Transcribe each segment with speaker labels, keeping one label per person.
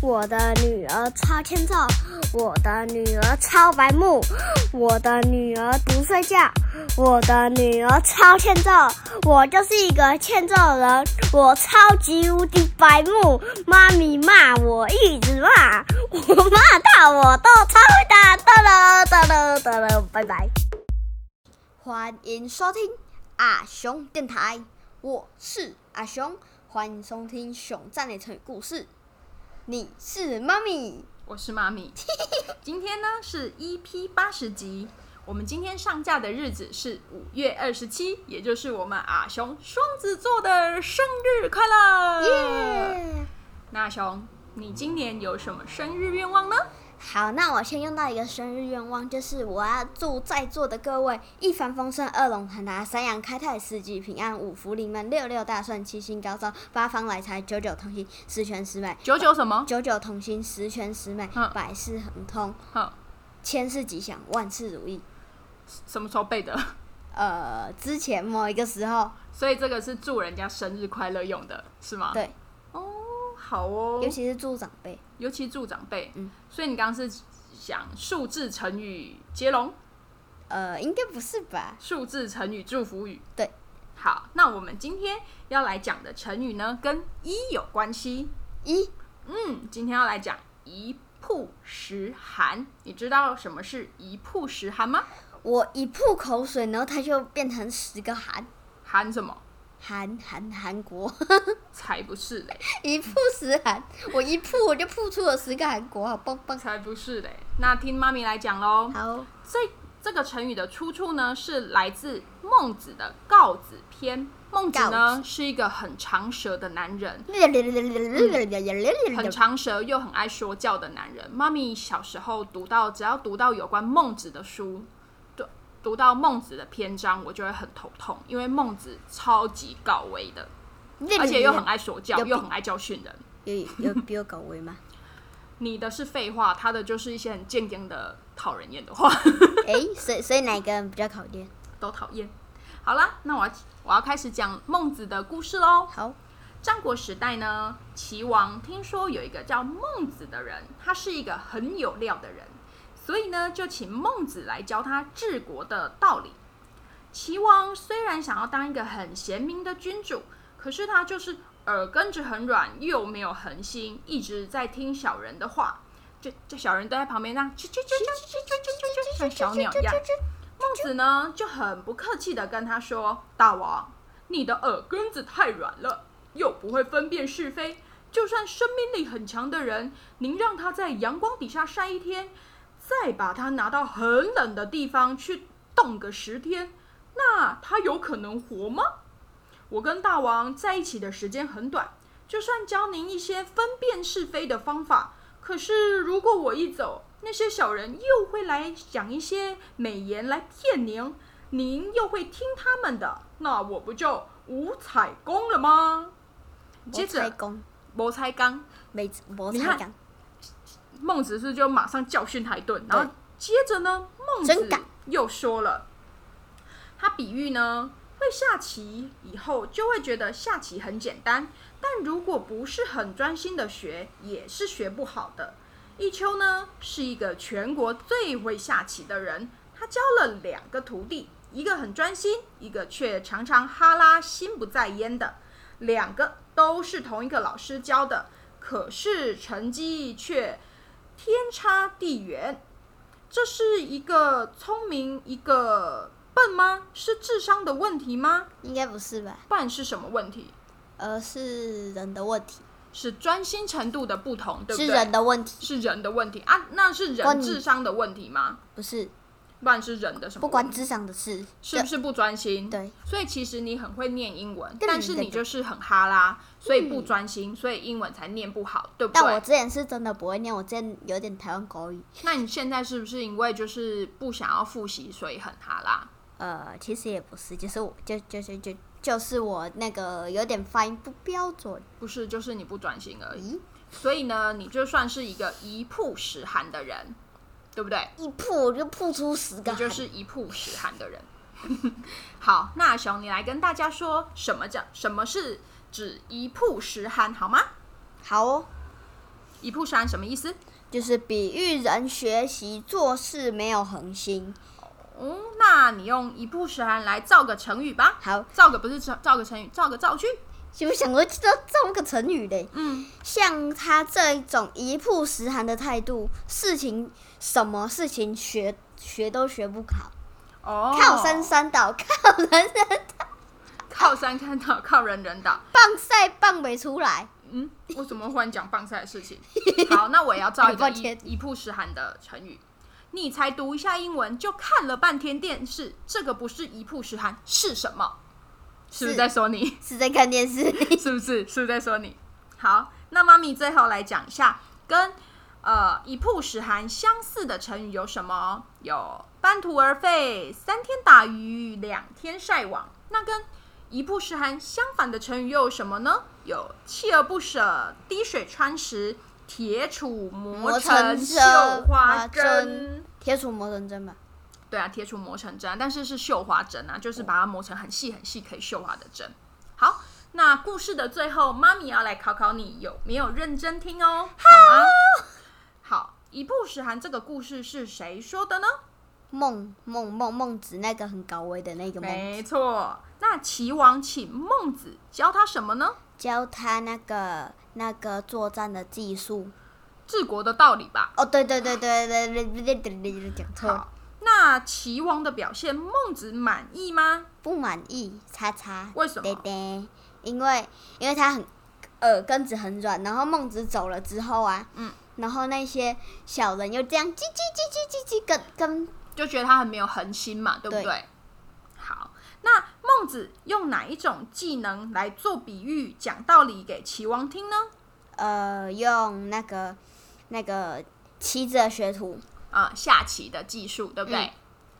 Speaker 1: 我的女儿超欠揍，我的女儿超白目，我的女儿不睡觉，我的女儿超欠揍，我就是一个欠揍人，我超级无敌白目，妈咪骂我一直骂，我骂到我都超会打，哒了哒了哒了，拜拜。
Speaker 2: 欢迎收听阿雄电台，我是阿雄，欢迎收听熊赞的成语故事。你是妈咪，
Speaker 3: 我是 妈咪。今天呢是 EP 八十集，我们今天上架的日子是五月二十七，也就是我们阿雄双子座的生日快乐！
Speaker 2: 耶！
Speaker 3: 那阿雄，你今年有什么生日愿望呢？
Speaker 2: 好，那我先用到一个生日愿望，就是我要祝在座的各位一帆风顺、二龙腾达、三阳开泰、四季平安、五福临门、六六大顺、七星高照、八方来财、九九同心、十全十美。
Speaker 3: 九九什么？
Speaker 2: 九九同心，十全十美，
Speaker 3: 嗯
Speaker 2: 百事亨通，
Speaker 3: 哼，
Speaker 2: 千事吉祥，万事如意。
Speaker 3: 什么时候背的？
Speaker 2: 呃，之前某一个时候，
Speaker 3: 所以这个是祝人家生日快乐用的，是吗？。
Speaker 2: 对，
Speaker 3: 哦，好哦。
Speaker 2: 尤其是助长辈，
Speaker 3: 尤其祝长辈。
Speaker 2: 嗯。
Speaker 3: 所以你刚刚是想数字成语接龙。
Speaker 2: 呃，应该不是吧？
Speaker 3: 数字成语祝福语。
Speaker 2: 对，
Speaker 3: 好，那我们今天要来讲的成语呢，跟一有关系。
Speaker 2: 一
Speaker 3: 嗯，今天要来讲一曝十寒。你知道什么是一曝十寒吗？
Speaker 2: 我一吐口水，然后它就变成十个韩，
Speaker 3: 寒什么？
Speaker 2: 韩韩韩国，
Speaker 3: 才不是嘞，
Speaker 2: 一吐十韩，我一吐我就吐出了十个韩国，好棒棒。
Speaker 3: 才不是嘞。那听妈咪来讲喽。
Speaker 2: 好，
Speaker 3: 这这个成语的出处呢，是来自孟子的《告子篇》。孟子呢是一个很长舌的男人，很长舌又很爱说教的男人。妈咪小时候读到，只要读到有关孟子的书，读读到孟子的篇章，我就会很头痛，因为孟子超级高危的，而且又很爱说教，
Speaker 2: 有比
Speaker 3: 又很爱教训人。
Speaker 2: 有有比我搞威吗？
Speaker 3: 你的是废话，他的就是一些很贱贱的、讨人厌的话，
Speaker 2: 哎、所以所以哪一个人比较考验？
Speaker 3: 都讨厌。好啦，那我要我要开始讲孟子的故事喽。
Speaker 2: 好，
Speaker 3: 战国时代呢，齐王听说有一个叫孟子的人，他是一个很有料的人，所以呢，就请孟子来教他治国的道理。齐王虽然想要当一个很贤明的君主，可是他就是耳根子很软，又没有恒心，一直在听小人的话。这这小人都在旁边这样啾啾啾啾啾啾啾啾，像小鸟一样。孟子呢就很不客气的跟他说：“大王，你的耳根子太软了，又不会分辨是非。就算生命力很强的人，您让他在阳光底下晒一天，再把他拿到很冷的地方去冻个十天，那他有可能活吗？我跟大王在一起的时间很短，就算教您一些分辨是非的方法，可是如果我一走，那些小人又会来讲一些美言来骗您，您又会听他们的，那我不就无采功了吗？接
Speaker 2: 猜
Speaker 3: 着，
Speaker 2: 公，
Speaker 3: 摩猜刚
Speaker 2: 没我
Speaker 3: 你
Speaker 2: 猜
Speaker 3: 看
Speaker 2: 刚，
Speaker 3: 孟子是就马上教训他一顿，
Speaker 2: 对
Speaker 3: 然后接着呢，孟
Speaker 2: 真
Speaker 3: 子
Speaker 2: 敢
Speaker 3: 又说了，他比喻呢，会下棋以后就会觉得下棋很简单，但如果不是很专心的学，也是学不好的。弈秋呢是一个全国最会下棋的人，他教了两个徒弟，一个很专心，一个却常常哈拉心不在焉的，两个都是同一个老师教的，可是成绩却天差地远。这是一个聪明，一个笨吗？是智商的问题吗？
Speaker 2: 应该不是吧？
Speaker 3: 不然是什么问题？
Speaker 2: 而是人的问题，
Speaker 3: 是专心程度的不同，对不对？
Speaker 2: 是人的问题，
Speaker 3: 是人的问题啊，那是
Speaker 2: 关
Speaker 3: 人
Speaker 2: 你
Speaker 3: 智商的问题吗？
Speaker 2: 不是
Speaker 3: 不然是人的什么问题？
Speaker 2: 不关智商的事。
Speaker 3: 是不是不专心？
Speaker 2: 对，
Speaker 3: 所以其实你很会念英文，
Speaker 2: 对
Speaker 3: 但是
Speaker 2: 对
Speaker 3: 你
Speaker 2: 对
Speaker 3: 就是很哈拉，所以不专心，所以英文才念不好，对不
Speaker 2: 但我
Speaker 3: 对？
Speaker 2: 之前是真的不会念，我之前有点台湾口语，
Speaker 3: 那你现在是不是因为就是不想要复习，所以很哈拉？
Speaker 2: 呃，其实也不是，就是我就就就就就是我那个有点发音不标准，
Speaker 3: 不是，就是你不专心而已。
Speaker 2: 咦，
Speaker 3: 所以呢，你就算是一个一曝十寒的人，对不对？
Speaker 2: 一扑我就扑出十个汗，
Speaker 3: 你就是一曝十寒的人。 好，那熊，你来跟大家说什么叫什么是指一曝十寒，好吗？
Speaker 2: 好哦，
Speaker 3: 一步山什么意思？
Speaker 2: 就是比喻人学习做事没有恒心。
Speaker 3: 哦，那你用一步山来造个成语吧。
Speaker 2: 好，
Speaker 3: 造个不是造造个成语，造个造句。
Speaker 2: 就想说这这么个成语嘞。
Speaker 3: 嗯，
Speaker 2: 像他这种一曝十寒的态度，事情什么事情学学都学不好，
Speaker 3: 哦，
Speaker 2: 靠山山倒，靠人人
Speaker 3: 靠山看到，靠人人倒。
Speaker 2: 棒晒棒没出来。
Speaker 3: 嗯，为什么忽然讲棒赛的事 情？好，那我也要造一个
Speaker 2: 抱歉
Speaker 3: 一一曝十寒的成语。你才读一下英文，就看了半天电视，这个不是一曝十寒是什么？是不是
Speaker 2: 是
Speaker 3: 在说你？
Speaker 2: 是在看电视，
Speaker 3: 是不是？是不是在说你？好，那妈咪最后来讲一下跟呃一曝十寒相似的成语有什么？有半途而废、三天打鱼两天晒网。那跟一曝十寒相反的成语又有什么呢？有锲而不舍、滴水穿石、铁杵磨
Speaker 2: 磨
Speaker 3: 成
Speaker 2: 成
Speaker 3: 绣
Speaker 2: 针
Speaker 3: 花
Speaker 2: 花
Speaker 3: 针
Speaker 2: 针。铁杵磨成针吧。
Speaker 3: 对啊，铁杵磨成针啊，但是是绣花针啊，就是把它磨成很细很细可以绣花的针。好，那故事的最后，妈咪要来考考你有没有认真听哦，好吗？好，一步十寒这个故事是谁说的呢？
Speaker 2: 孟孟孟孟子那个很高危的那个孟，
Speaker 3: 没错，那齐王请孟子教他什么呢？
Speaker 2: 教他那个那个作战的技术。
Speaker 3: 治国的道理吧。
Speaker 2: 哦，对对对对对对对对对对，讲错，
Speaker 3: 好，那齐王的表现，孟子满意吗？
Speaker 2: 不满意，叉叉。
Speaker 3: 为什么
Speaker 2: 爹爹，因为因为他很耳根子很软，然后孟子走了之后啊，
Speaker 3: 嗯，
Speaker 2: 然后那些小人又这样叽叽叽叽叽叽跟跟
Speaker 3: 就觉得他很没有恒心嘛，对不对？
Speaker 2: 对
Speaker 3: 好，那孟子用哪一种技能来做比喻、讲道理给齐王听呢？
Speaker 2: 呃用那个那个棋子的学徒，
Speaker 3: 啊、下棋的技术，对不对？
Speaker 2: 嗯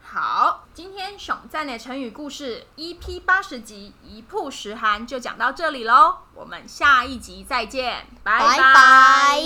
Speaker 3: 好，今天熊赞的成语故事 EP 八十集《一曝十寒》就讲到这里喽，我们下一集再见，拜
Speaker 2: 拜拜